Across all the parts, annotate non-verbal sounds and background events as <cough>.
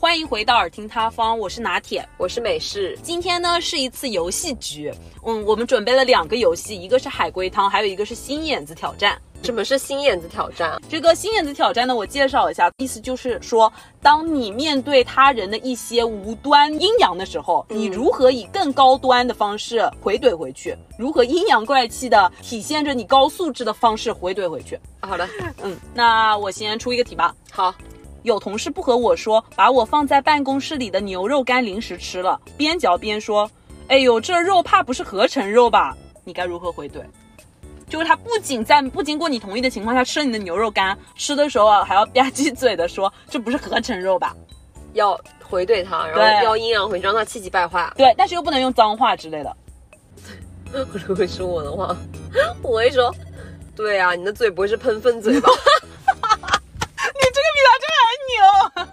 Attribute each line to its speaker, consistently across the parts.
Speaker 1: 欢迎回到耳听他方，我是拿铁。
Speaker 2: 我是美式，
Speaker 1: 今天呢是一次游戏局，嗯，我们准备了两个游戏，一个是海龟汤，还有一个是心眼子挑战。
Speaker 2: 什么是心眼子挑战？
Speaker 1: 这个心眼子挑战呢，我介绍一下，意思就是说，当你面对他人的一些无端阴阳的时候，你如何以更高端的方式回怼回去？如何阴阳怪气的体现着你高素质的方式回怼回去？
Speaker 2: 好的，
Speaker 1: 嗯，那我先出一个题吧。
Speaker 2: 好，
Speaker 1: 有同事不和我说，把我放在办公室里的牛肉干零食吃了，边嚼边说：“哎呦，这肉怕不是合成肉吧？”你该如何回怼？就是他不仅在不经过你同意的情况下吃了你的牛肉干，吃的时候啊还要吧唧嘴的说：“这不是合成肉吧
Speaker 2: 要回怼他，然后
Speaker 1: 对
Speaker 2: 要阴阳回去，让他气急败坏？”。
Speaker 1: 对，但是又不能用脏话之类的。
Speaker 2: 如果是我的话， <laughs> 我会说，对啊，你的嘴不会是喷粪嘴吧？ <laughs>
Speaker 1: 你这个比他这个还牛！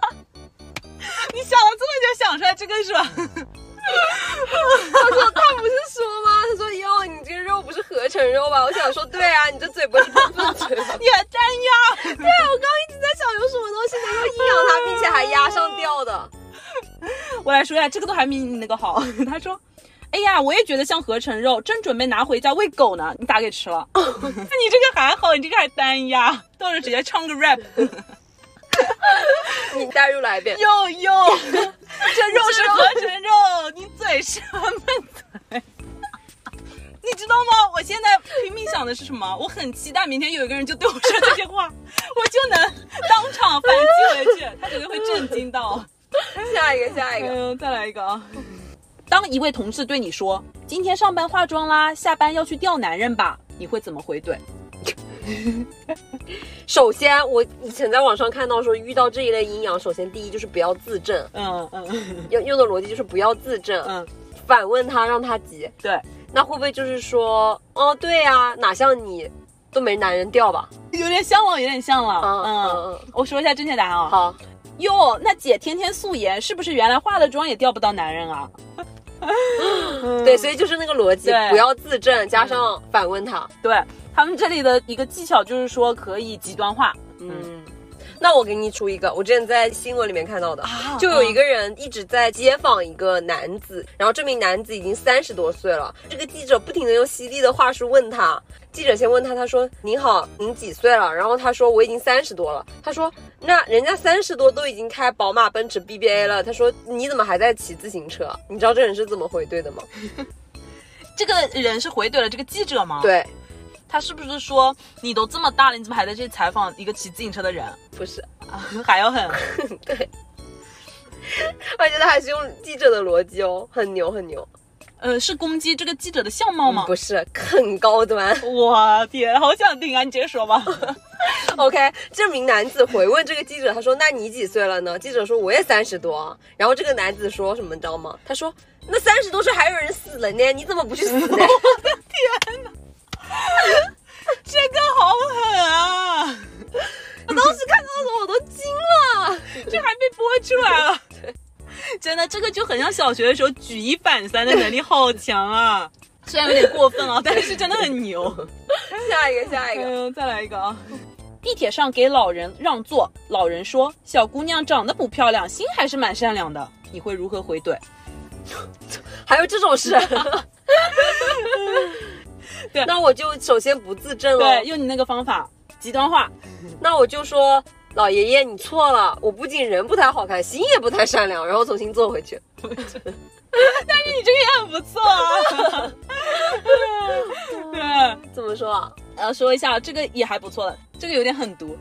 Speaker 1: <laughs> 你想了这么久，想出来这个是吧？ <laughs>
Speaker 2: 他说他不是说吗？他说哟，你这个肉不是合成肉吧？我想说，对啊，你这嘴不会是喷粪
Speaker 1: <laughs>
Speaker 2: 嘴吧？
Speaker 1: 你还真要？
Speaker 2: 对啊，我刚刚一直在想有什么东西能够阴阳它，并且还压上吊的。
Speaker 1: 我来说一下，这个都还没你那个好。 <laughs> 他说：“哎呀，我也觉得像合成肉，正准备拿回家喂狗呢，你 <laughs> 打给吃了。那你这个还好，你这个还单压， <laughs> 倒是直接唱个 rap。
Speaker 2: 你代入来一遍，
Speaker 1: <laughs> 哟哟，这肉是合成肉，你嘴是笨嘴。 <laughs> 你知道吗？我现在拼命想的是什么？我很期待明天有一个人就对我说这些话，我就能当场反击回去，他绝对会震惊到。
Speaker 2: 下一个，下一个。
Speaker 1: 嗯，再来一个啊！当一位同事对你说：“今天上班化妆啦，下班要去钓男人吧”，你会怎么回怼？
Speaker 2: 首先，我以前在网上看到说，遇到这一类阴阳，首先第一就是不要自证，
Speaker 1: 嗯嗯
Speaker 2: 用用的逻辑就是不要自证，
Speaker 1: 嗯，
Speaker 2: 反问他让他急。
Speaker 1: 对，
Speaker 2: 那会不会就是说，哦，对呀、哪像你，都没男人掉吧？
Speaker 1: 有点像了，有点像了。
Speaker 2: 嗯嗯
Speaker 1: 嗯
Speaker 2: 嗯，
Speaker 1: 我说一下正确答案啊。
Speaker 2: 好，
Speaker 1: 哟，那姐天天素颜，是不是原来化了妆也钓不到男人啊？
Speaker 2: 对，所以就是那个逻辑，
Speaker 1: 嗯对嗯
Speaker 2: 不要自证，加上反问他。
Speaker 1: 对他们这里的一个技巧就是说可以极端化。嗯
Speaker 2: 嗯，那我给你出一个，我之前在新闻里面看到的，
Speaker 1: 啊
Speaker 2: 就有一个人一直在街访一个男子，然后这名男子已经三十多岁了，这个记者不停的用犀利的话术问他，记者先问他，他说您好，您几岁了？然后他说我已经三十多了，他说那人家三十多都已经开宝马、奔驰、BBA 了，他说你怎么还在骑自行车？你知道这人是怎么回怼的吗？
Speaker 1: 这个人是回怼了这个记者吗？，
Speaker 2: 对，
Speaker 1: 他是不是说你都这么大了，你怎么还在这里采访一个骑自行车的人？
Speaker 2: 不是，
Speaker 1: 啊，还要狠。
Speaker 2: 而且他还是用记者的逻辑哦，很牛很牛，嗯
Speaker 1: 呃，是攻击这个记者的相哦貌吗？
Speaker 2: 不是很高端。
Speaker 1: 嗯我天，好想听啊！你直接说 <laughs> 吧。
Speaker 2: OK，这名男子回问这个记者，他说：“那你几岁了呢？”记者说：“我也三十多。”然后这个男子说什么，你知道吗？他说：“那三十多岁还有人死了呢，你怎么不去死呢 <laughs>
Speaker 1: 这个好狠啊！
Speaker 2: 我当时看到的时候我都惊了。
Speaker 1: 这还被播出来 <laughs> 了。真的，这个就很像小学的时候举一反三的能力好强啊！ <laughs> 虽然有点过分啊， <laughs> 但是真的很牛。 <laughs>
Speaker 2: 下一个，下一个，
Speaker 1: 嗯，再来一个啊！地铁上给老人让座，老人说：“小姑娘长得不漂亮，心还是蛮善良的。”你会如何回怼？
Speaker 2: 还有这种事。
Speaker 1: <laughs> 对
Speaker 2: 那我就首先不自证了
Speaker 1: 对，。用你那个方法，极端化。
Speaker 2: 那我就说，老爷爷你错了，我不仅人不太好看，心也不太善良，然后重新坐回去。
Speaker 1: 你这个也很不错啊。 <laughs> 对，
Speaker 2: 怎么说啊？
Speaker 1: 呃，说一下这个也还不错的，这个有点狠毒。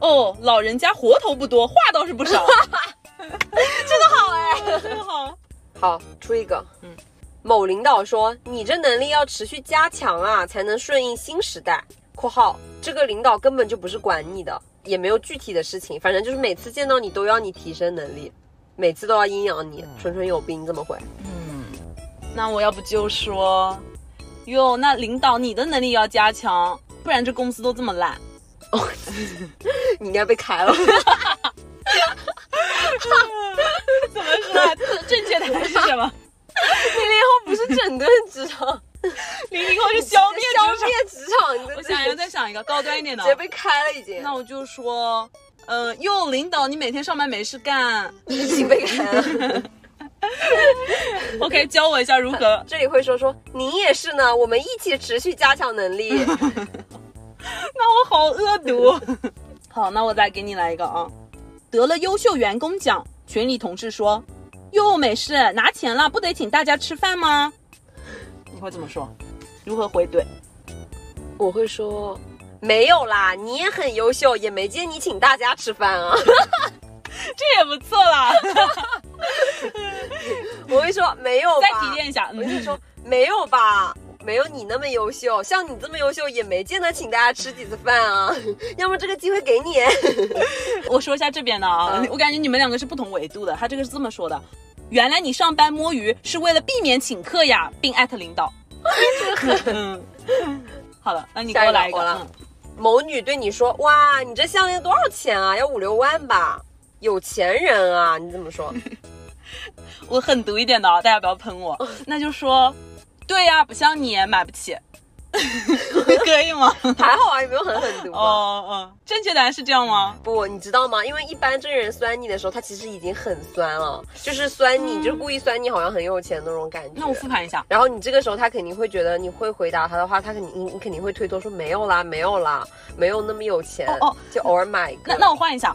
Speaker 1: 哦，老人家活头不多，话倒是不 <laughs> 少。
Speaker 2: 好哎。
Speaker 1: 真好。
Speaker 2: 好，出一个。
Speaker 1: 嗯
Speaker 2: 嗯，某领导说：“你这能力要持续加强啊，才能顺应新时代。”（括号这个领导根本就不是管你的，也没有具体的事情，反正就是每次见到你都要你提升能力，每次都要阴阳
Speaker 1: 嗯
Speaker 2: 你，蠢蠢有病，这么回？
Speaker 1: 那我要不就说，哟，那领导你的能力要加强，不然这公司都这么烂。
Speaker 2: <laughs> 你应该被
Speaker 1: <laughs>
Speaker 2: 开了。
Speaker 1: 怎么说啊？正正确答案是什么？
Speaker 2: 零零后不是整顿职场，
Speaker 1: <laughs> 零零后是消灭
Speaker 2: 消
Speaker 1: 职场。
Speaker 2: 灭职场，你
Speaker 1: <laughs> 我
Speaker 2: 的
Speaker 1: 想要再想一个高端一点的啊
Speaker 2: 直，接被开了已经。
Speaker 1: 那我就说，呃，哟，领导，你每天上班没事干
Speaker 2: 你已经被砍了。
Speaker 1: ，OK，教我一下如 <laughs> 何？
Speaker 2: 这里会说说你也是呢，我们一起持续加强能力。
Speaker 1: 那我好恶毒。 <laughs> 好，那我再给你来一个啊，得了优秀员工奖，群里同事说，哟，美式拿钱了，不得请大家吃饭吗？你会怎么说？如何回怼？
Speaker 2: 我会说没有啦，你也很优秀，也没见你请大家吃饭
Speaker 1: <laughs>
Speaker 2: 啊。
Speaker 1: 这也不错 <laughs> 啦，
Speaker 2: 我会说没有
Speaker 1: 再
Speaker 2: 吧，
Speaker 1: 体验一下。
Speaker 2: 我
Speaker 1: 嗯 <laughs>
Speaker 2: 就说没有吧，没有你那么优秀，像你这么优秀也没见得请大家吃几次饭啊。 <laughs> 要么这个机会给你，
Speaker 1: 我说一下这边的啊，
Speaker 2: 嗯
Speaker 1: 我感觉你们两个是不同维度的。他这个是这么说的：原来你上班摸鱼是为了避免请客呀，并艾特领 <laughs> 导。嗯，好了，那你给我来一个。
Speaker 2: 下一个我了
Speaker 1: 嗯
Speaker 2: 某女对你说，哇，你这项链多少钱啊？要五六万吧。有钱人啊，你怎么
Speaker 1: <laughs>
Speaker 2: 说？
Speaker 1: 我狠毒一点的啊，大家不要喷我。
Speaker 2: 嗯
Speaker 1: 那就说，对呀、不像你买不起， <laughs> 可以吗？
Speaker 2: 还好啊，嗯也没有很狠毒
Speaker 1: 哦
Speaker 2: 啊。
Speaker 1: 哦，正确答案是这样吗？
Speaker 2: 不，你知道吗？因为一般这个人酸你的时候，他其实已经很酸了，就是酸你，就是故意酸你，好像很有钱那种感觉。
Speaker 1: 嗯那我复盘一下，
Speaker 2: 然后你这个时候，他肯定会觉得你会回答他的话，他肯定你你肯定会推脱说没有啦，没有啦，没有那么有钱，
Speaker 1: 哦哦
Speaker 2: 就偶尔买一个。
Speaker 1: 那那我换一下，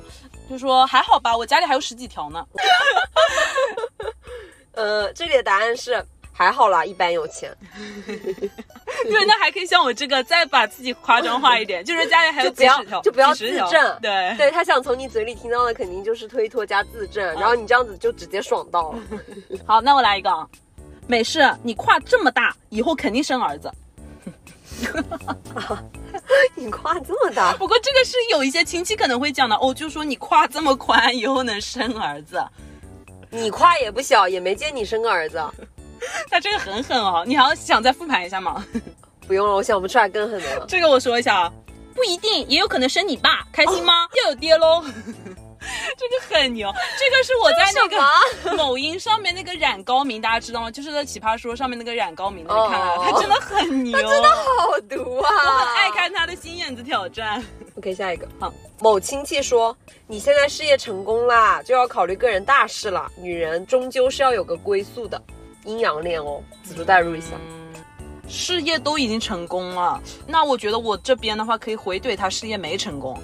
Speaker 1: 就说还好吧，我家里还有十几条呢。
Speaker 2: 呃，这里的答案是还好啦，一般有钱，
Speaker 1: 对，那还可以像我这个再把自己夸张化一点，就是家里还有
Speaker 2: 嗯就不
Speaker 1: 几
Speaker 2: 要
Speaker 1: 十条，
Speaker 2: 就不要
Speaker 1: 几十条
Speaker 2: 自证
Speaker 1: 对，
Speaker 2: 对他想从你嘴里听到的肯定就是推脱加自
Speaker 1: 哦
Speaker 2: 证，然后你这样子就直接爽到了。
Speaker 1: <laughs> 好，那我来一个啊，美式，你胯这么大，以后肯定生儿子。
Speaker 2: 你夸这么大，
Speaker 1: 不过这个是有一些亲戚可能会讲的哦，就说你胯这么宽，以后能生儿子。
Speaker 2: 你夸也不小，也没见你生个儿子。
Speaker 1: 那这个很狠哦，你还要想再复盘一下 <laughs> 吗？
Speaker 2: 不用了，我想不出来更狠的
Speaker 1: <laughs>
Speaker 2: 了。
Speaker 1: 这个我说一下啊，不一定，也有可能生你爸，开心 <laughs> 吗？又有爹喽。这个很牛，这个是我在哎那
Speaker 2: 这是
Speaker 1: 个 <laughs> 某音上面那个冉高明，大家知道吗？就是在奇葩说上面那个冉高明那里看啊，<laughs>
Speaker 2: 哦
Speaker 1: 他真的很牛，真的
Speaker 2: 好毒
Speaker 1: <laughs>
Speaker 2: 啊！
Speaker 1: 爱看他的心眼子挑战。
Speaker 2: OK，下一个。
Speaker 1: 好，
Speaker 2: 某亲戚说你现在事业成功啦，就要考虑个人大事了。女人终究是要有个归宿的，阴阳恋哦，紫竹代入一下。
Speaker 1: 嗯事业都已经成功了，那我觉得我这边的话可以回怼他事业没成功。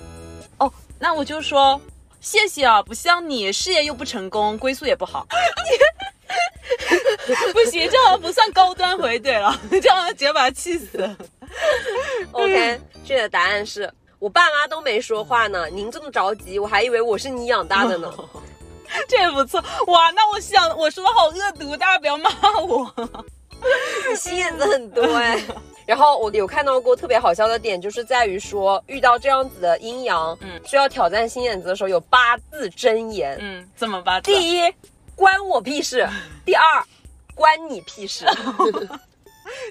Speaker 1: 哦，那我就说谢谢啊，不像你事业又不成功，归宿也不好。 <laughs> 不行，这好像不算高端回怼了，这样直接把他气死。
Speaker 2: OK，这里的答案是我爸妈都没说话呢，
Speaker 1: 嗯
Speaker 2: 您这么着急，我还以为我是你养大
Speaker 1: <laughs>
Speaker 2: 的呢。
Speaker 1: 这也不错哇，那我想我说的好恶毒，大家不要骂我。
Speaker 2: 你心眼子很多
Speaker 1: <laughs>
Speaker 2: 哎。然后我有看到过特别好笑的点，就是在于说遇到这样子的阴阳，
Speaker 1: 嗯
Speaker 2: 需要挑战心眼子的时候，有八字真言。
Speaker 1: 嗯，怎么办？
Speaker 2: 第一，关我
Speaker 1: <laughs>
Speaker 2: 屁事；第二，关你屁事。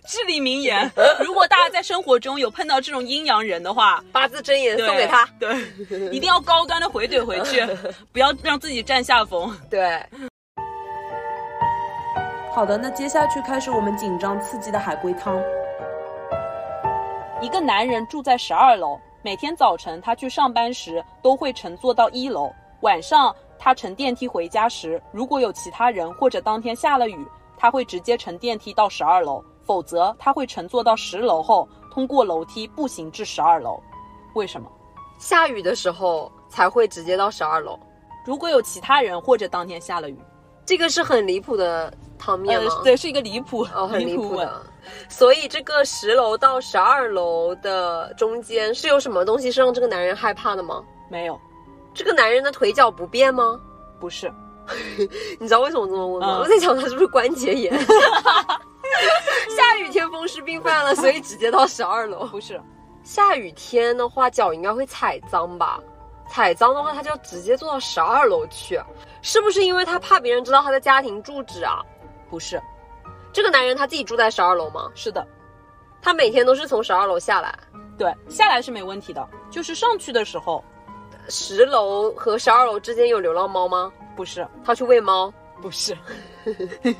Speaker 1: 至理名言，如果大家在生活中有碰到这种阴阳人的话，
Speaker 2: 八字真言
Speaker 1: 对
Speaker 2: 送给他。，
Speaker 1: <laughs> 对，一定要高端的回怼回 <laughs> 去，不要让自己占下风。
Speaker 2: 对，
Speaker 3: 好的，那接下去开始我们紧张刺激的海龟汤。
Speaker 1: 一个男人住在十二楼，每天早晨他去上班时都会乘坐到一楼，晚上他乘电梯回家时，如果有其他人或者当天下了雨，他会直接乘电梯到十二楼，否则他会乘坐到十楼后，通过楼梯步行至十二楼。为什么？
Speaker 2: 下雨的时候才会直接到十二楼，
Speaker 1: 如果有其他人或者当天下了雨，
Speaker 2: 这个是很离谱的汤面吗？
Speaker 1: 呃，对，是一个离谱， <laughs>
Speaker 2: 哦，很离
Speaker 1: 谱
Speaker 2: 谱
Speaker 1: 文
Speaker 2: 的。所以这个十楼到十二楼的中间是有什么东西是让这个男人害怕的吗？
Speaker 1: 没有，
Speaker 2: 这个男人的腿脚不便吗？
Speaker 1: 不是。
Speaker 2: 你知道为什么这么问吗？
Speaker 1: 嗯
Speaker 2: 我在想他是不是关节炎？ <laughs> 下雨天风湿病犯了，所以直接到十二楼。
Speaker 1: 不是，
Speaker 2: 下雨天的话，脚应该会踩脏吧？踩脏的话，他就要直接坐到十二楼去，是不是因为他怕别人知道他的家庭住址啊？
Speaker 1: 不是，
Speaker 2: 这个男人他自己住在十二楼吗？
Speaker 1: 是的，
Speaker 2: 他每天都是从十二楼下来，
Speaker 1: 对，下来是没问题的，就是上去的时候，
Speaker 2: 十楼和十二楼之间有流浪猫吗？
Speaker 1: 不是，
Speaker 2: 他去喂猫，
Speaker 1: 不是。 <laughs>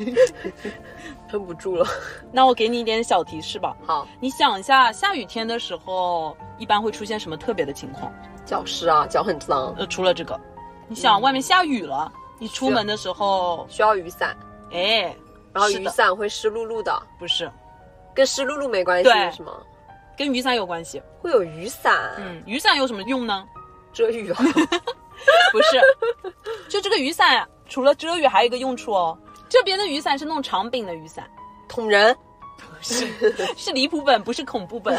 Speaker 2: 撑不住了。
Speaker 1: 那我给你一点小提示吧，
Speaker 2: 好，
Speaker 1: 你想一下，下雨天的时候一般会出现什么特别的情况？
Speaker 2: 脚湿啊，脚很脏，
Speaker 1: 呃，除了这个，你
Speaker 2: 嗯
Speaker 1: 想外面下雨了，你出门的时候，
Speaker 2: 需要雨伞，
Speaker 1: 哎，
Speaker 2: 然后
Speaker 1: 是
Speaker 2: 雨
Speaker 1: 的，
Speaker 2: 伞会湿漉漉的，
Speaker 1: 不是
Speaker 2: 跟湿漉漉没关系
Speaker 1: 对
Speaker 2: 是吗？
Speaker 1: 跟雨伞有关系。
Speaker 2: 会有雨伞、
Speaker 1: 嗯，雨伞有什么用呢？
Speaker 2: 遮雨啊？ <laughs>
Speaker 1: 不是，就这个雨伞啊，除了遮雨，还有一个用处哦。这边的雨伞是那种长柄的雨伞，
Speaker 2: 捅人？
Speaker 1: 是 <laughs> 是离谱本，不是恐怖本，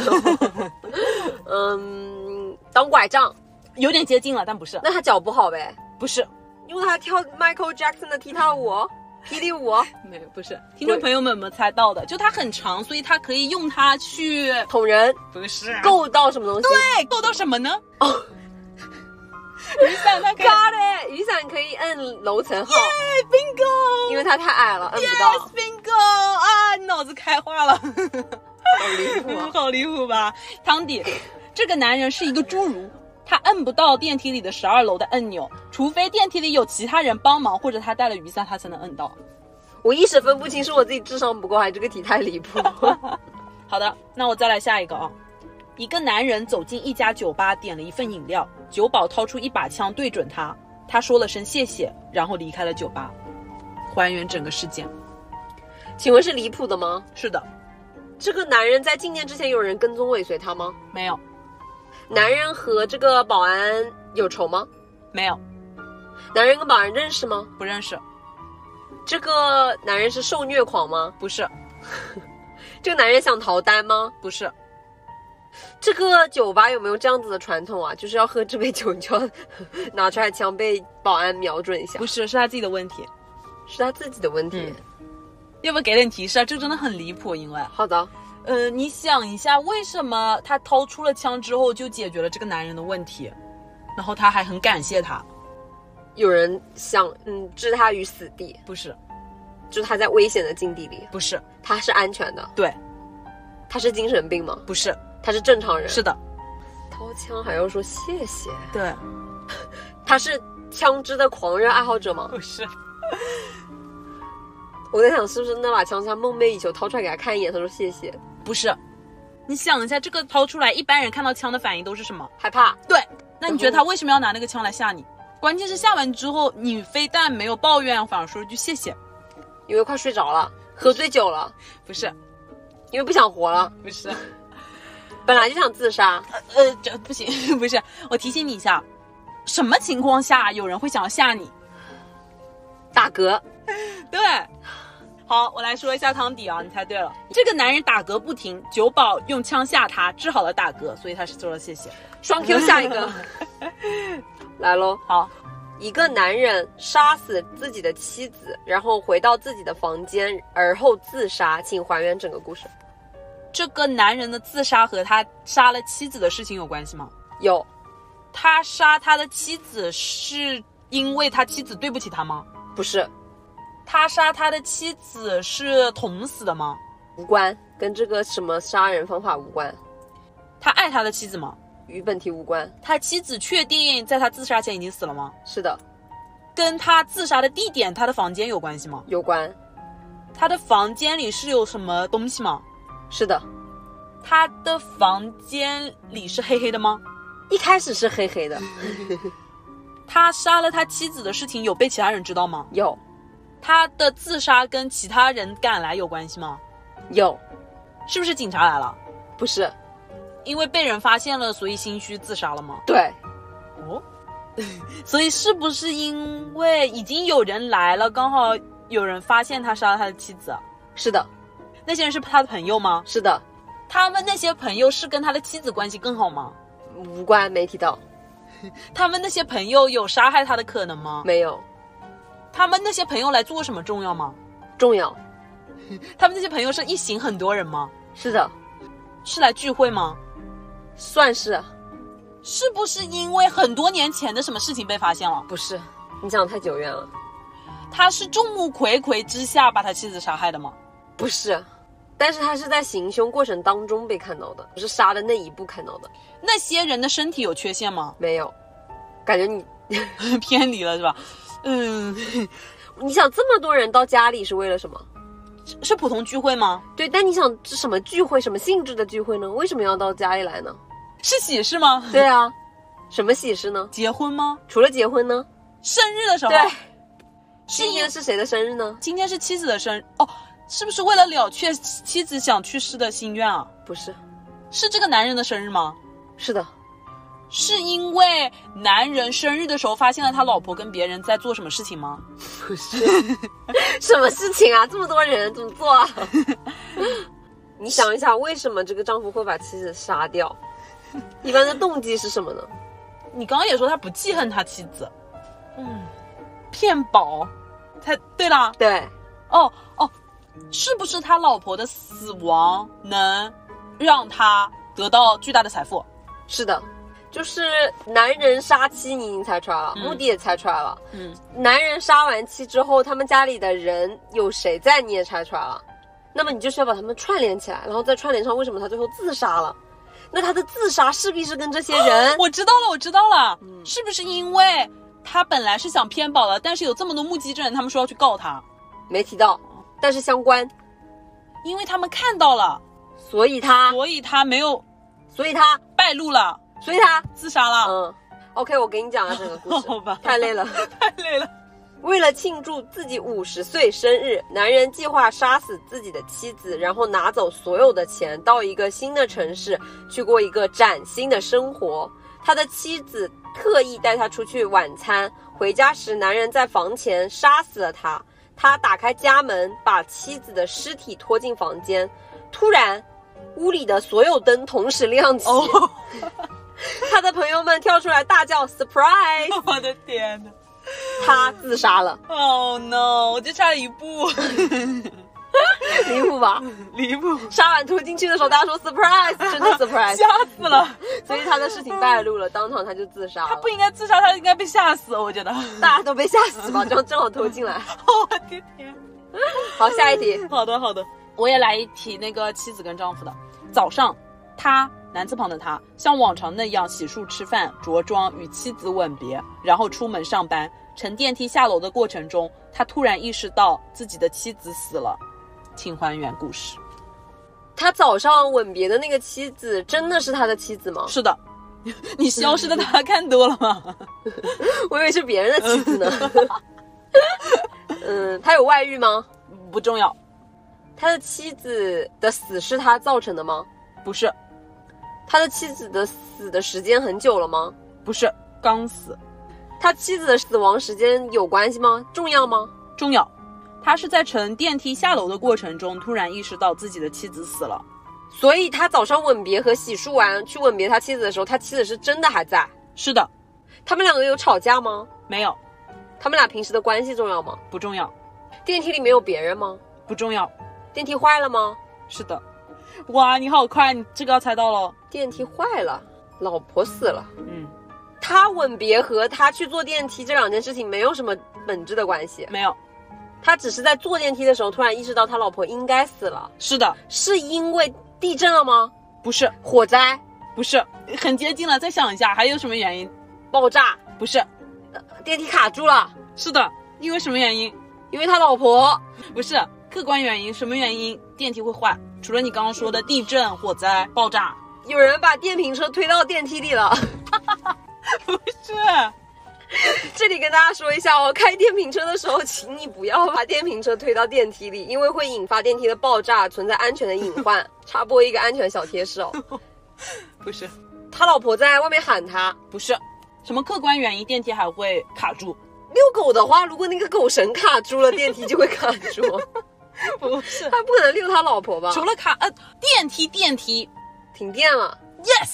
Speaker 1: <laughs>
Speaker 2: 嗯，当拐杖？
Speaker 1: 有点接近了，但不是，
Speaker 2: 那他脚不好呗？
Speaker 1: 不是，
Speaker 2: 用它跳 Michael Jackson 的踢踏舞，哦霹雳舞，
Speaker 1: 没有，不是。听众朋友们有没有猜到的？就它很长，所以它可以用它去，
Speaker 2: 捅人，
Speaker 1: 不是
Speaker 2: 够到什么东西？
Speaker 1: 哎够到什么呢？哦， <laughs> 雨伞它可以
Speaker 2: Got it！雨伞可以摁楼层号，
Speaker 1: bingo，
Speaker 2: 因为它太矮了，摁不到，
Speaker 1: bingo 啊，脑子开花了，
Speaker 2: 好离谱啊！
Speaker 1: 好离谱吧？汤底，这个男人是一个侏儒。他摁不到电梯里的十二楼的按钮，除非电梯里有其他人帮忙，或者他带了雨伞，他才能摁到。
Speaker 2: 我一时分不清是我自己智商不够，还是这个题太离谱。
Speaker 1: 好的，那我再来下一个啊、一个男人走进一家酒吧，点了一份饮料，酒保掏出一把枪对准他，他说了声谢谢，然后离开了酒吧。还原整个事件。
Speaker 2: 请问是离谱的吗？
Speaker 1: 是的，
Speaker 2: 这个男人在进店之前有人跟踪尾随他吗？
Speaker 1: 没有，
Speaker 2: 男人和这个保安有仇吗？
Speaker 1: 没有，
Speaker 2: 男人跟保安认识吗？
Speaker 1: 不认识，
Speaker 2: 这个男人是受虐狂吗？
Speaker 1: 不是，
Speaker 2: 这个男人想逃单吗？
Speaker 1: 不是，
Speaker 2: 这个酒吧有没有这样子的传统啊？ <laughs> 就是要喝这杯酒，你就要 <laughs> 拿出来枪被保安瞄准一下
Speaker 1: 不，是，是他自己的问题。
Speaker 2: 是他自己的问题。
Speaker 1: 嗯要不要给点提示啊？这真的很离谱，因为，
Speaker 2: 好的，
Speaker 1: 呃，你想一下，为什么他掏出了枪之后就解决了这个男人的问题，然后他还很感谢他？
Speaker 2: 有人想嗯置他于死地，
Speaker 1: 不是，
Speaker 2: 就是他在危险的境地里，
Speaker 1: 不是，
Speaker 2: 他是安全的，
Speaker 1: 对，
Speaker 2: 他是精神病吗？
Speaker 1: 不是，
Speaker 2: 他是正常人，
Speaker 1: 是的，
Speaker 2: 掏枪还要说谢谢，
Speaker 1: 对，
Speaker 2: 他是枪支的狂热爱好者吗？
Speaker 1: 不是。
Speaker 2: 我在想是不是那把枪是他梦寐以求掏出来给他看一眼，他说谢谢，
Speaker 1: 不是，你想一下，这个掏出来，一般人看到枪的反应都是什么？
Speaker 2: 害怕，
Speaker 1: 对，那你觉得他为什么要拿那个枪来吓你？关键是吓完之后，你非但没有抱怨，反而说了句谢谢。
Speaker 2: 因为快睡着了，喝醉酒了，
Speaker 1: 不是，
Speaker 2: 因为不想活了，
Speaker 1: 不是，
Speaker 2: 本来就想自杀，
Speaker 1: 呃，这不行， <laughs> 不是。我提醒你一下，什么情况下有人会想要吓你？
Speaker 2: 打嗝，
Speaker 1: 对，好，我来说一下汤底啊，你猜对了。这个男人打嗝不停，酒保用枪吓他，治好了打嗝，所以他是说了谢谢。
Speaker 2: 双 Q 下一个， <laughs> 来喽。
Speaker 1: 好，
Speaker 2: 一个男人杀死自己的妻子，然后回到自己的房间，而后自杀，请还原整个故事。
Speaker 1: 这个男人的自杀和他杀了妻子的事情有关系吗？
Speaker 2: 有，
Speaker 1: 他杀他的妻子是因为他妻子对不起他吗？
Speaker 2: 不是
Speaker 1: 他杀他的妻子是捅死的吗？
Speaker 2: 无关，跟这个什么杀人方法无关，
Speaker 1: 他爱他的妻子吗？
Speaker 2: 与本题无关。
Speaker 1: 他妻子确定在他自杀前已经死了吗？
Speaker 2: 是的，
Speaker 1: 跟他自杀的地点、他的房间有关系吗？
Speaker 2: 有关，
Speaker 1: 他的房间里是有什么东西吗？
Speaker 2: 是的。
Speaker 1: 他的房间里是黑黑的吗？
Speaker 2: 一开始是黑黑的，
Speaker 1: 他杀了他妻子的事情有被其他人知道吗？
Speaker 2: 有
Speaker 1: 他的自杀跟其他人赶来有关系吗？
Speaker 2: 有，
Speaker 1: 是不是警察来了？
Speaker 2: 不是，
Speaker 1: 因为被人发现了，所以心虚自杀了吗？
Speaker 2: 对，
Speaker 1: 哦， <laughs> 所以是不是因为已经有人来了，刚好有人发现他杀了他的妻子？啊
Speaker 2: 是的，
Speaker 1: 那些人是他的朋友吗？
Speaker 2: 是的，
Speaker 1: 他们那些朋友是跟他的妻子关系更好吗？
Speaker 2: 无关，没提到，
Speaker 1: 他们那些朋友有杀害他的可能吗？
Speaker 2: 没有，
Speaker 1: 他们那些朋友来做什么重要吗？
Speaker 2: 重要，
Speaker 1: 他们那些朋友是一行很多人吗？
Speaker 2: 是的，
Speaker 1: 是来聚会吗？
Speaker 2: 算是，啊
Speaker 1: 是不是因为很多年前的什么事情被发现了？
Speaker 2: 不是，你讲的太久远了，
Speaker 1: 他是众目睽睽之下把他妻子杀害的吗？
Speaker 2: 不是，但是他是在行凶过程当中被看到的，不是杀的那一步看到的，
Speaker 1: 那些人的身体有缺陷吗？ <laughs>
Speaker 2: 没有，感觉你，
Speaker 1: 偏离了是吧？嗯，
Speaker 2: 你想这么多人到家里是为了什么？
Speaker 1: 是普通聚会吗？
Speaker 2: 对，但你想这什 <laughs> 么聚会，什么性质的聚会呢？为什么要到家里来呢？
Speaker 1: 是喜事吗？
Speaker 2: 对啊，什么喜事呢？
Speaker 1: 结婚吗？
Speaker 2: 除了结婚呢？
Speaker 1: 生日的时候，
Speaker 2: 对，
Speaker 1: 是
Speaker 2: 今
Speaker 1: 因
Speaker 2: 天是谁的生日呢？
Speaker 1: 今天是妻子的生日哦，是不是为了了却妻子想去世的心愿啊？
Speaker 2: 不是，
Speaker 1: 是这个男人的生日吗？
Speaker 2: 是的，
Speaker 1: 是因为男人生日的时候发现了他老婆跟别人在做什么事情吗？
Speaker 2: 不是。 <laughs> 什么事情啊？这么多人怎么做啊？ <laughs> 你想一想，为什么这个丈夫会把妻子杀掉？一般的动机是什么呢？
Speaker 1: 你刚刚也说他不记恨他妻子，嗯，骗保，才对啦。
Speaker 2: 对，
Speaker 1: 哦哦，是不是他老婆的死亡能让他得到巨大的财富？
Speaker 2: 是的，就是男人杀妻，你已经猜出来了，
Speaker 1: 嗯
Speaker 2: 目的也猜出来了。
Speaker 1: 嗯，
Speaker 2: 男人杀完妻之后，他们家里的人有谁在，你也猜出来了。那么你就需要把他们串联起来，然后再串联上为什么他最后自杀了。那他的自杀势必是跟这些人
Speaker 1: 啊我知道了，我知道了，是不是因为他本来是想骗保的，但是有这么多目击证人，他们说要去告他，
Speaker 2: 没提到，但是相关，
Speaker 1: 因为他们看到了，
Speaker 2: 所以他，
Speaker 1: 所以他没有
Speaker 2: 所以他，
Speaker 1: 败露了，
Speaker 2: 所以他，
Speaker 1: 自杀了。
Speaker 2: 嗯，OK，我给你讲啊，整个故
Speaker 1: <laughs>
Speaker 2: 事
Speaker 1: 好吧，
Speaker 2: 太累了。
Speaker 1: 太累了，
Speaker 2: 为了庆祝自己五十岁生日，男人计划杀死自己的妻子，然后拿走所有的钱，到一个新的城市去过一个崭新的生活。他的妻子特意带他出去晚餐，回家时男人在房前杀死了他。他打开家门，把妻子的尸体拖进房间，突然，屋里的所有灯同时亮起，
Speaker 1: 哦，
Speaker 2: 他的朋友们跳出来大叫 “surprise”，
Speaker 1: <laughs> 我的天哪
Speaker 2: 他自杀了，
Speaker 1: ！Oh no！我就差了一 <laughs> 步，
Speaker 2: 离谱吧？
Speaker 1: 离谱，
Speaker 2: 杀完拖进去的时候，大家说 surprise，
Speaker 1: <laughs>
Speaker 2: 真的 surprise，
Speaker 1: 吓死了。
Speaker 2: 所以他的事情败露了，当场他就自杀
Speaker 1: 他
Speaker 2: 了
Speaker 1: 不。应该自杀，他应该被吓死，我觉得。 <laughs>
Speaker 2: 大家都被吓死吧，这样正好偷进来。
Speaker 1: 我的天！
Speaker 2: 好，下一题，
Speaker 1: <laughs> 好的，好的，我也来一题那个妻子跟丈夫的。早上，他男字旁的他像往常那样洗漱、吃饭、着装，与妻子吻别，然后出门上班。乘电梯下楼的过程中，他突然意识到自己的妻子死了。请还原故事。
Speaker 2: 他早上吻别的那个妻子，真的是他的妻子吗？
Speaker 1: 是的， <laughs> 你消失的他看多了吗？ <laughs>
Speaker 2: 我以为是别人的妻子呢。嗯，他有外遇吗？
Speaker 1: 不重要，
Speaker 2: 他的妻子的死是他造成的吗？
Speaker 1: 不是，
Speaker 2: 他的妻子的死的时间很久了吗？
Speaker 1: 不是，刚死，
Speaker 2: 他妻子的死亡时间有关系吗？重要吗？
Speaker 1: 重要。他是在乘电梯下楼的过程中，突然意识到自己的妻子死了。
Speaker 2: 所以他早上吻别和洗漱完去吻别他妻子的时候，他妻子是真的还在。
Speaker 1: 是的，
Speaker 2: 他们两个有吵架吗？
Speaker 1: 没有，
Speaker 2: 他们俩平时的关系重要吗？
Speaker 1: 不重要。
Speaker 2: 电梯里面有别人吗？
Speaker 1: 不重要。
Speaker 2: 电梯坏了吗？
Speaker 1: 是的，哇，你好快，你这个要猜到了。
Speaker 2: 电梯坏了，老婆死了。
Speaker 1: 嗯，
Speaker 2: 他吻别和他去坐电梯这两件事情没有什么本质的关系，
Speaker 1: 没有，
Speaker 2: 他只是在坐电梯的时候突然意识到他老婆应该死了，
Speaker 1: 是的，
Speaker 2: 是因为地震了吗？
Speaker 1: 不是，
Speaker 2: 火灾、
Speaker 1: 不是，很接近了。再想一下，还有什么原因？
Speaker 2: 爆炸、
Speaker 1: 不是，
Speaker 2: 电梯卡住了，
Speaker 1: 是的，因为什么原因？
Speaker 2: 因为他老婆。
Speaker 1: 不是客观原因，什么原因电梯会坏？除了你刚刚说的地震、火灾、爆炸，
Speaker 2: 有人把电瓶车推到电梯里了。
Speaker 1: 不是，
Speaker 2: 这里跟大家说一下哦，开电瓶车的时候，请你不要把电瓶车推到电梯里，因为会引发电梯的爆炸，存在安全的隐患。 <laughs> 插播一个安全小贴士哦，
Speaker 1: 不是，
Speaker 2: 他老婆在外面喊他。
Speaker 1: 不是，什么客观原因电梯还会卡住？
Speaker 2: 遛狗的话，如果那个狗绳卡住了，电梯就会卡住。 <laughs>
Speaker 1: 不是，
Speaker 2: 他不可能遛他老婆吧？
Speaker 1: 除了卡呃电梯电梯
Speaker 2: 停电了，
Speaker 1: ，yes，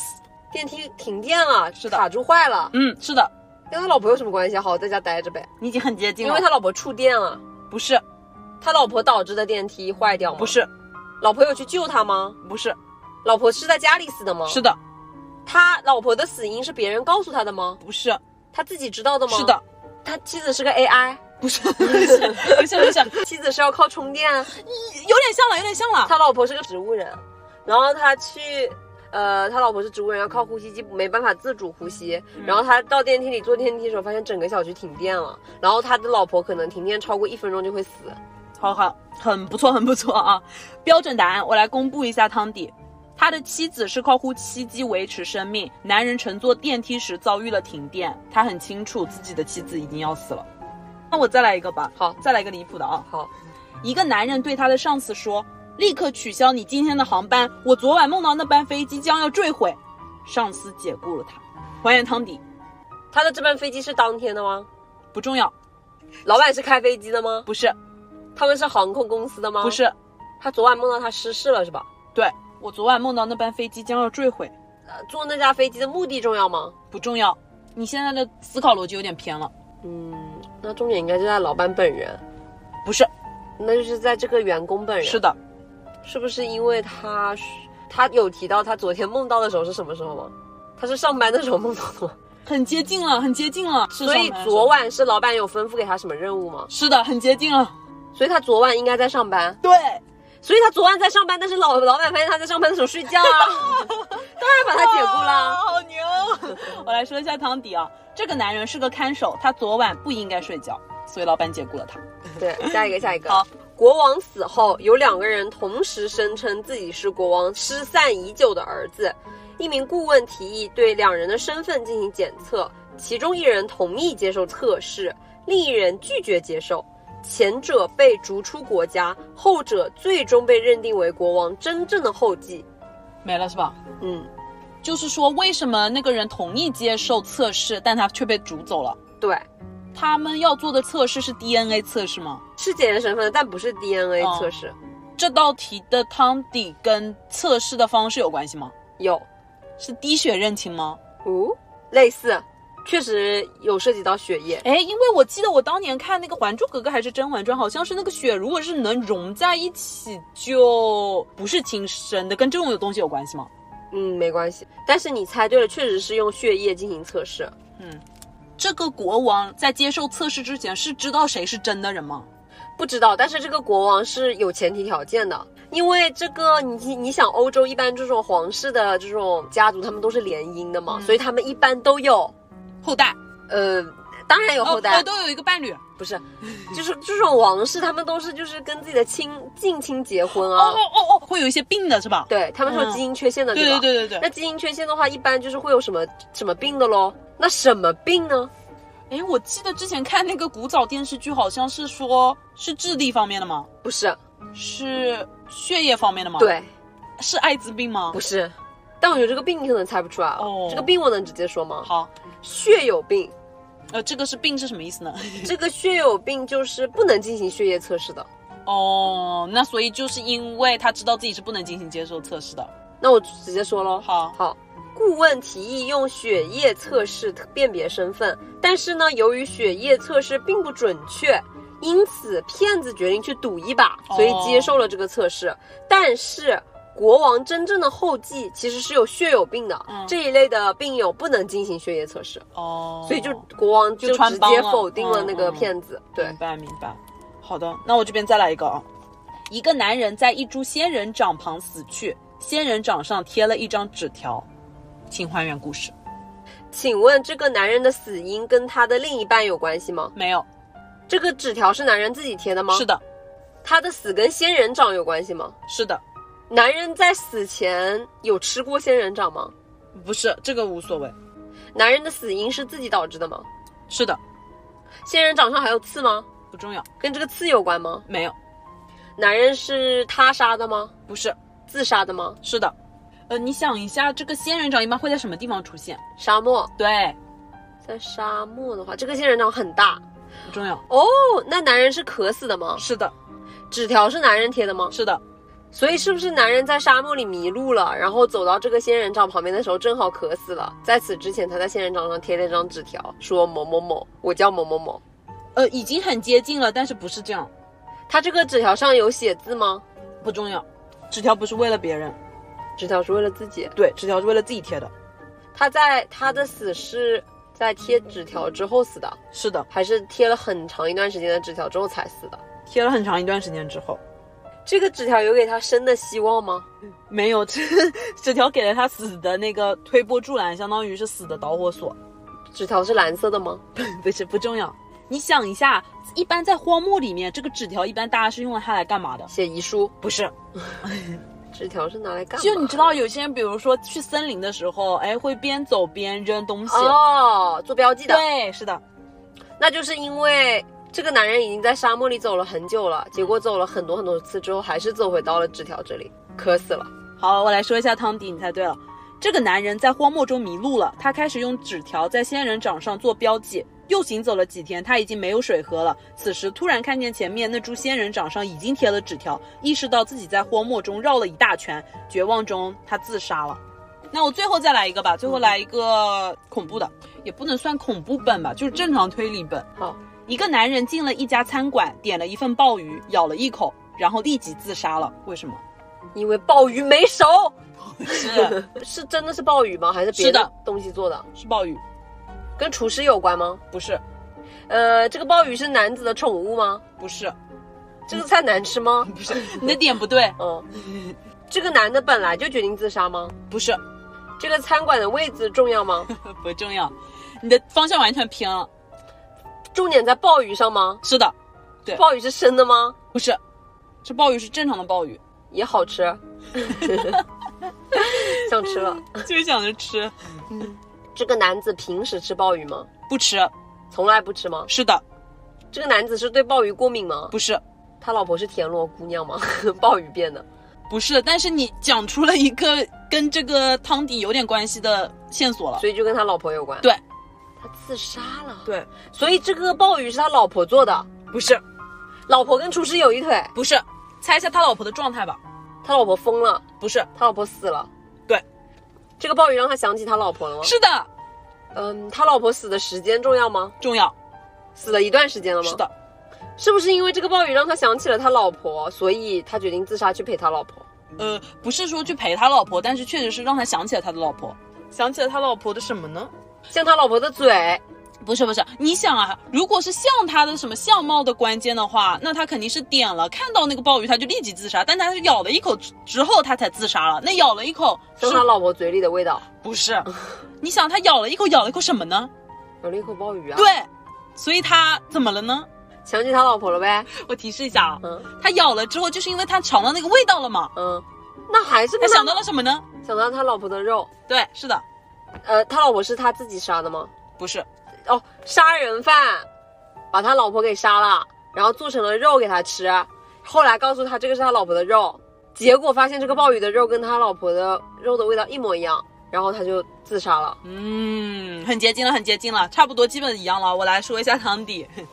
Speaker 2: 电梯停电了，
Speaker 1: 是的
Speaker 2: 卡住坏了，
Speaker 1: 嗯，是的，
Speaker 2: 跟他老婆有什么关系？好，在家待着呗。
Speaker 1: 你已经很接近
Speaker 2: 因
Speaker 1: 了。
Speaker 2: 为他老婆触电了，
Speaker 1: 不是，
Speaker 2: 他老婆导致的电梯坏掉吗？
Speaker 1: 不，是，
Speaker 2: 老婆有去救他吗？
Speaker 1: 不是，
Speaker 2: 老婆是在家里死的吗？
Speaker 1: 是的，
Speaker 2: 他老婆的死因是别人告诉他的吗？
Speaker 1: 不是，
Speaker 2: 他自己知道的吗？
Speaker 1: 是的，。
Speaker 2: 他妻子是个 AI，
Speaker 1: 不是，不是，不是，不是，
Speaker 2: 妻子是要靠充电，
Speaker 1: 有点像了，有点像了。
Speaker 2: 他老婆是个植物人，然后他去。呃，他老婆是植物人，要靠呼吸机，没办法自主呼吸。
Speaker 1: 嗯
Speaker 2: 然后他到电梯里坐电梯的时候，发现整个小区停电了。然后他的老婆可能停电超过一分钟就会死。
Speaker 1: 好好，很不错，很不错啊！标准答案，我来公布一下汤底。他的妻子是靠呼吸机维持生命，男人乘坐电梯时遭遇了停电，他很清楚自己的妻子已经要死了。那我再来一个吧，
Speaker 2: 好
Speaker 1: 再来一个离谱的啊！
Speaker 2: 好，
Speaker 1: 一个男人对他的上司说：“立刻取消你今天的航班，我昨晚梦到那班飞机将要坠毁。”上司解雇了他。还原汤底
Speaker 2: 他的这班飞机是当天的吗？
Speaker 1: 不重要，
Speaker 2: 老板是开飞机的吗？
Speaker 1: 不是，
Speaker 2: 他们是航空公司的吗？
Speaker 1: 不，是，
Speaker 2: 他昨晚梦到他失事了是吧？
Speaker 1: 对我昨晚梦到那班飞机将要坠毁，
Speaker 2: 呃坐那架飞机的目的重要吗？
Speaker 1: 不重要。你现在的思考逻辑有点偏了，
Speaker 2: 嗯，那重点应该就在老板本人，
Speaker 1: 不是，
Speaker 2: 那就是在这个员工本人。
Speaker 1: 是的，
Speaker 2: 是不是因为他是他有提到他昨天梦到的时候是什么时候吗？他是上班的时候梦到的吗？
Speaker 1: 很接近了，很接近了。是
Speaker 2: 所以
Speaker 1: 上班
Speaker 2: 昨晚是老板有吩咐给他什么任务吗？
Speaker 1: 是的，很接近了。
Speaker 2: 所以他昨晚应该在上班，
Speaker 1: <laughs> 对，
Speaker 2: 所以他昨晚在上班，但是老老板发现他在上班的时候睡觉啊，
Speaker 1: <laughs>
Speaker 2: 当然把他解雇
Speaker 1: 啊，
Speaker 2: 啦。
Speaker 1: 好牛！我来说一下汤底啊，这个男人是个看守，他昨晚不应该睡觉，所以老板解雇了他。
Speaker 2: 对，下一个，下一个。
Speaker 1: 好，
Speaker 2: 国王死后，有两个人同时声称自己是国王失散已久的儿子。一名顾问提议对两人的身份进行检测，其中一人同意接受测试，另一人拒绝接受。前者被逐出国家，后者最终被认定为国王真正的后继。
Speaker 1: 没了是吧？
Speaker 2: 嗯，
Speaker 1: 就是说，为什么那个人同意接受测试，但他却被逐走了？
Speaker 2: 对，
Speaker 1: 他们要做的测试是 DNA 测试吗？
Speaker 2: 是检验身份的，但不是 DNA
Speaker 1: 哦
Speaker 2: 测试。
Speaker 1: 这道题的汤底跟测试的方式有关系吗？
Speaker 2: 有
Speaker 1: 是滴血认亲吗？
Speaker 2: 哦，类似，确实有涉及到血液。
Speaker 1: 哎，因为我记得我当年看那个《还珠格格》还是《甄嬛传》，好像是那个血如果是能融在一起，就不是亲生的，跟这种有东西有关系吗？
Speaker 2: 嗯，没关系。但是你猜对了，确实是用血液进行测试。
Speaker 1: 这个国王在接受测试之前是知道谁是真的人吗？
Speaker 2: 不知道，但是这个国王是有前提条件的，因为这个你你想，欧洲一般这种皇室的这种家族，他们都是联姻的
Speaker 1: 嗯
Speaker 2: 嘛，所以他们一般都有，
Speaker 1: 后代，
Speaker 2: 呃，当然有后代，
Speaker 1: 哦，都有一个伴侣。
Speaker 2: 不是，就是这种王室，他们都是就是跟自己的亲近亲结婚
Speaker 1: 哦
Speaker 2: 啊，
Speaker 1: 哦哦哦，会有一些病的是吧？
Speaker 2: 对他们是有基因缺陷的，
Speaker 1: 对
Speaker 2: 吧？
Speaker 1: 对对对
Speaker 2: 那
Speaker 1: 对。
Speaker 2: 基因缺陷的话，一般就是会有什么什么病的喽？那什么病呢？
Speaker 1: 哎，我记得之前看那个古早电视剧，好像是说是智力方面的吗？
Speaker 2: 不是，
Speaker 1: 是血液方面的吗？，
Speaker 2: 对，
Speaker 1: 是艾滋病吗
Speaker 2: 不？是，但我觉得这个病你可能猜不出来。啊
Speaker 1: 哦
Speaker 2: 这个病我能直接说吗？
Speaker 1: 好，
Speaker 2: 血友病，
Speaker 1: 呃，这个是病是什么意思呢？
Speaker 2: 这个血友病就是不能进行血液测试的。
Speaker 1: 哦，那所以就是因为他知道自己是不能进行接受测试的。
Speaker 2: 那我直接说喽。
Speaker 1: 好，
Speaker 2: 好，顾问提议用血液测试辨别身份，但是呢，由于血液测试并不准确，因此骗子决定去赌一把，
Speaker 1: 哦
Speaker 2: 所以接受了这个测试。但是国王真正的后继其实是有血友病的，
Speaker 1: 嗯
Speaker 2: 这一类的病友不能进行血液测试，
Speaker 1: 哦，
Speaker 2: 所以就国王
Speaker 1: 就穿
Speaker 2: 直
Speaker 1: 帮
Speaker 2: 接
Speaker 1: 了
Speaker 2: 否定了那个
Speaker 1: 嗯嗯
Speaker 2: 骗子。对
Speaker 1: 明，白明白。好的，那我这边再来一个啊。一个男人在一株仙人掌旁死去，仙人掌上贴了一张纸条，请还原故事。
Speaker 2: 请问这个男人的死因跟他的另一半有关系吗？
Speaker 1: 没有，
Speaker 2: 这个纸条是男人自己贴的吗？
Speaker 1: 是。的，
Speaker 2: 他的死跟仙人掌有关系吗？
Speaker 1: 是的，
Speaker 2: 男人在死前有吃过仙人掌吗？
Speaker 1: 不是这个无所谓，
Speaker 2: 男人的死因是自己导致的吗？
Speaker 1: 是的，
Speaker 2: 仙人掌上还有刺吗？
Speaker 1: 不重要，
Speaker 2: 跟这个刺有关吗？
Speaker 1: 没有，
Speaker 2: 男人是他杀的吗？
Speaker 1: 不是，
Speaker 2: 自杀的吗？
Speaker 1: 是的。呃，你想一下，这个仙人掌一般会在什么地方出现？
Speaker 2: 沙漠，
Speaker 1: 对，
Speaker 2: 在沙漠的话，这个仙人掌很大
Speaker 1: 不重要。
Speaker 2: 哦。那男人是渴死的吗？
Speaker 1: 是的，
Speaker 2: 纸条是男人贴的吗？
Speaker 1: 是的，
Speaker 2: 所以是不是男人在沙漠里迷路了，然后走到这个仙人掌旁边的时候正好渴死了？在此之前，他在仙人掌上贴了一张纸条，说某某某，我叫某某某。
Speaker 1: 呃，已经很接近了，但是不是这样，
Speaker 2: 他这个纸条上有写字吗？
Speaker 1: 不重要。纸条不是为了别人，
Speaker 2: 纸条是为了自己。
Speaker 1: 对，纸条是为了自己贴的。
Speaker 2: 他在他的死是在贴纸条之后死的，
Speaker 1: 是的，
Speaker 2: 还是贴了很长一段时间的纸条之后才死的？
Speaker 1: 贴了很长一段时间之后，
Speaker 2: 这个纸条有给他生的希望吗？
Speaker 1: 没有， <laughs> 这纸条给了他死的那个推波助澜，相当于是死的导火索， <laughs>
Speaker 2: 纸条是蓝色的吗？
Speaker 1: 不是不重要。你想一下，一般在荒漠里面，这个纸条一般大家是用它来干嘛的？
Speaker 2: 写遗书，
Speaker 1: 不是，
Speaker 2: 纸条是拿来干嘛？
Speaker 1: 就你知道有些人，比如说去森林的时候，哎，会边走边扔东西。
Speaker 2: 哦，做标记的，
Speaker 1: 对，是的，
Speaker 2: 那就是因为这个男人已经在沙漠里走了很久了，结果走了很多很多次之后，还是走回到了纸条这里，渴死了。
Speaker 1: 好，我来说一下汤迪，你猜对了。这个男人在荒漠中迷路了，他开始用纸条在仙人掌上做标记。又行走了几天，他已经没有水喝了。此时突然看见前面那株仙人掌上已经贴了纸条，意识到自己在荒漠中绕了一大圈，绝望中他自杀了。那我最后再来一个吧，最后来一个恐怖的，也不能算恐怖本吧，就是正常推理本。
Speaker 2: 好，
Speaker 1: 一个男人进了一家餐馆，点了一份鲍鱼，咬了一口，然后立即自杀了。为什么？
Speaker 2: 因为鲍鱼没熟，
Speaker 1: 是
Speaker 2: <laughs> 是真的是鲍鱼吗？还是别
Speaker 1: 是
Speaker 2: 的
Speaker 1: 的
Speaker 2: 东西做的？
Speaker 1: <laughs> 是鲍鱼，
Speaker 2: 跟厨师有关吗？
Speaker 1: 不是，
Speaker 2: 呃，这个鲍鱼是男子的宠物吗？
Speaker 1: 不 <laughs> 是，
Speaker 2: 这个菜难
Speaker 1: <laughs>
Speaker 2: 吃吗？
Speaker 1: 不是，你的点不对，
Speaker 2: 嗯，这个男的本来就决定自杀吗？
Speaker 1: 不是，
Speaker 2: 这个餐馆的位置重要
Speaker 1: <laughs>
Speaker 2: 吗？
Speaker 1: 不重要，你的方向完全偏了。
Speaker 2: 重点在鲍鱼上吗？
Speaker 1: 是的，对
Speaker 2: 鲍鱼是生的吗？
Speaker 1: 不是，这鲍鱼是正常的 <laughs> 鲍鱼，
Speaker 2: 也好吃，想吃了。
Speaker 1: 就是想着吃，
Speaker 2: 这个男子平时吃鲍鱼吗？
Speaker 1: 不吃。
Speaker 2: 从来不吃吗？
Speaker 1: 是的，
Speaker 2: 这个男子是对鲍鱼过敏吗？
Speaker 1: 不是，
Speaker 2: 他老婆是田螺姑娘吗？ <laughs> 鲍鱼变的。
Speaker 1: 不是，但是你讲出了一个跟这个汤底有点关系的线索了。
Speaker 2: 所以就跟他老婆有关。
Speaker 1: 对，
Speaker 2: 他自杀了。
Speaker 1: 对，
Speaker 2: 所以这个鲍鱼是他老婆做的，
Speaker 1: 不是，
Speaker 2: 老婆跟厨师有一腿，
Speaker 1: 不是，猜一下他老婆的状态吧。
Speaker 2: 他老婆疯了，
Speaker 1: 不是，
Speaker 2: 他老婆死了。
Speaker 1: 对，
Speaker 2: 这个鲍鱼让他想起他老婆了吗？
Speaker 1: 是的，
Speaker 2: 嗯，他老婆死的时间重要吗？
Speaker 1: 重要，
Speaker 2: 死了一段时间了吗？
Speaker 1: 是，的，
Speaker 2: 是不是因为这个鲍鱼让他想起了他老婆，所以他决定自杀去陪他老婆？
Speaker 1: 呃，不是说去陪他老婆，但是确实是让他想起了他的老婆，想起了他老婆的什么呢？
Speaker 2: 像他老婆的嘴，
Speaker 1: 不是不是，你想啊，如果是像他的什么相貌的关键的话，那他肯定是点了，看到那个鲍鱼他就立即自杀，但他是咬了一口之之后他才自杀了。那咬了一口是
Speaker 2: <laughs> 像他老婆嘴里的味道，
Speaker 1: 不是？你想他咬了一口，咬了一口什么呢？
Speaker 2: 有了一口鲍鱼啊。
Speaker 1: 对，，所以他怎么了呢？
Speaker 2: 想起他老婆了呗。
Speaker 1: 我提示一下啊，
Speaker 2: 嗯
Speaker 1: 他咬了之后，就是因为他尝到那个味道了嘛。
Speaker 2: 嗯，那还是
Speaker 1: 他
Speaker 2: 跟他
Speaker 1: 想到了什么呢？
Speaker 2: 想到他老婆的肉。
Speaker 1: 对，是的，
Speaker 2: 呃，他老婆是他自己杀的吗？
Speaker 1: 不是，
Speaker 2: 哦，杀人犯把他老婆给杀了，然后做成了肉给他吃，后来告诉他这个是他老婆的肉，结果发现这个鲍鱼的肉跟他老婆的肉的味道一模一样，然后他就自杀了。
Speaker 1: 嗯，很接近了，很接近了，差不多基本一样了。我来说一下汤底。 <laughs>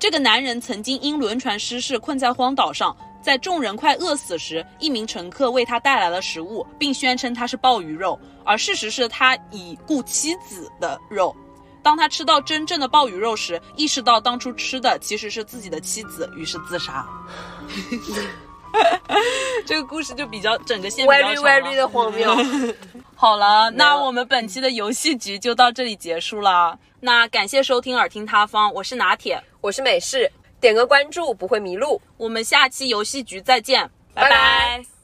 Speaker 1: 这个男人曾经因轮船失事困在荒岛上，在众人快饿死时，一名乘客为他带来了食物，并宣称他是鲍鱼肉，而事实是他已故妻子的肉。当他吃到真正的鲍鱼肉时，意识到当初吃的其实是自己的妻子，于是自杀。 <laughs> 这个故事就比较整个线比较
Speaker 2: very
Speaker 1: 长了
Speaker 2: very 的荒
Speaker 1: <laughs>
Speaker 2: 谬，
Speaker 1: 好了，那
Speaker 2: 那
Speaker 1: 我们本期的游戏局就到这里结束了。那感谢收听耳听他方，我是拿铁，
Speaker 2: 我是美式，点个关注不会迷路。
Speaker 1: 我们下期游戏局再见，
Speaker 2: 拜
Speaker 1: 拜
Speaker 2: 拜
Speaker 1: 拜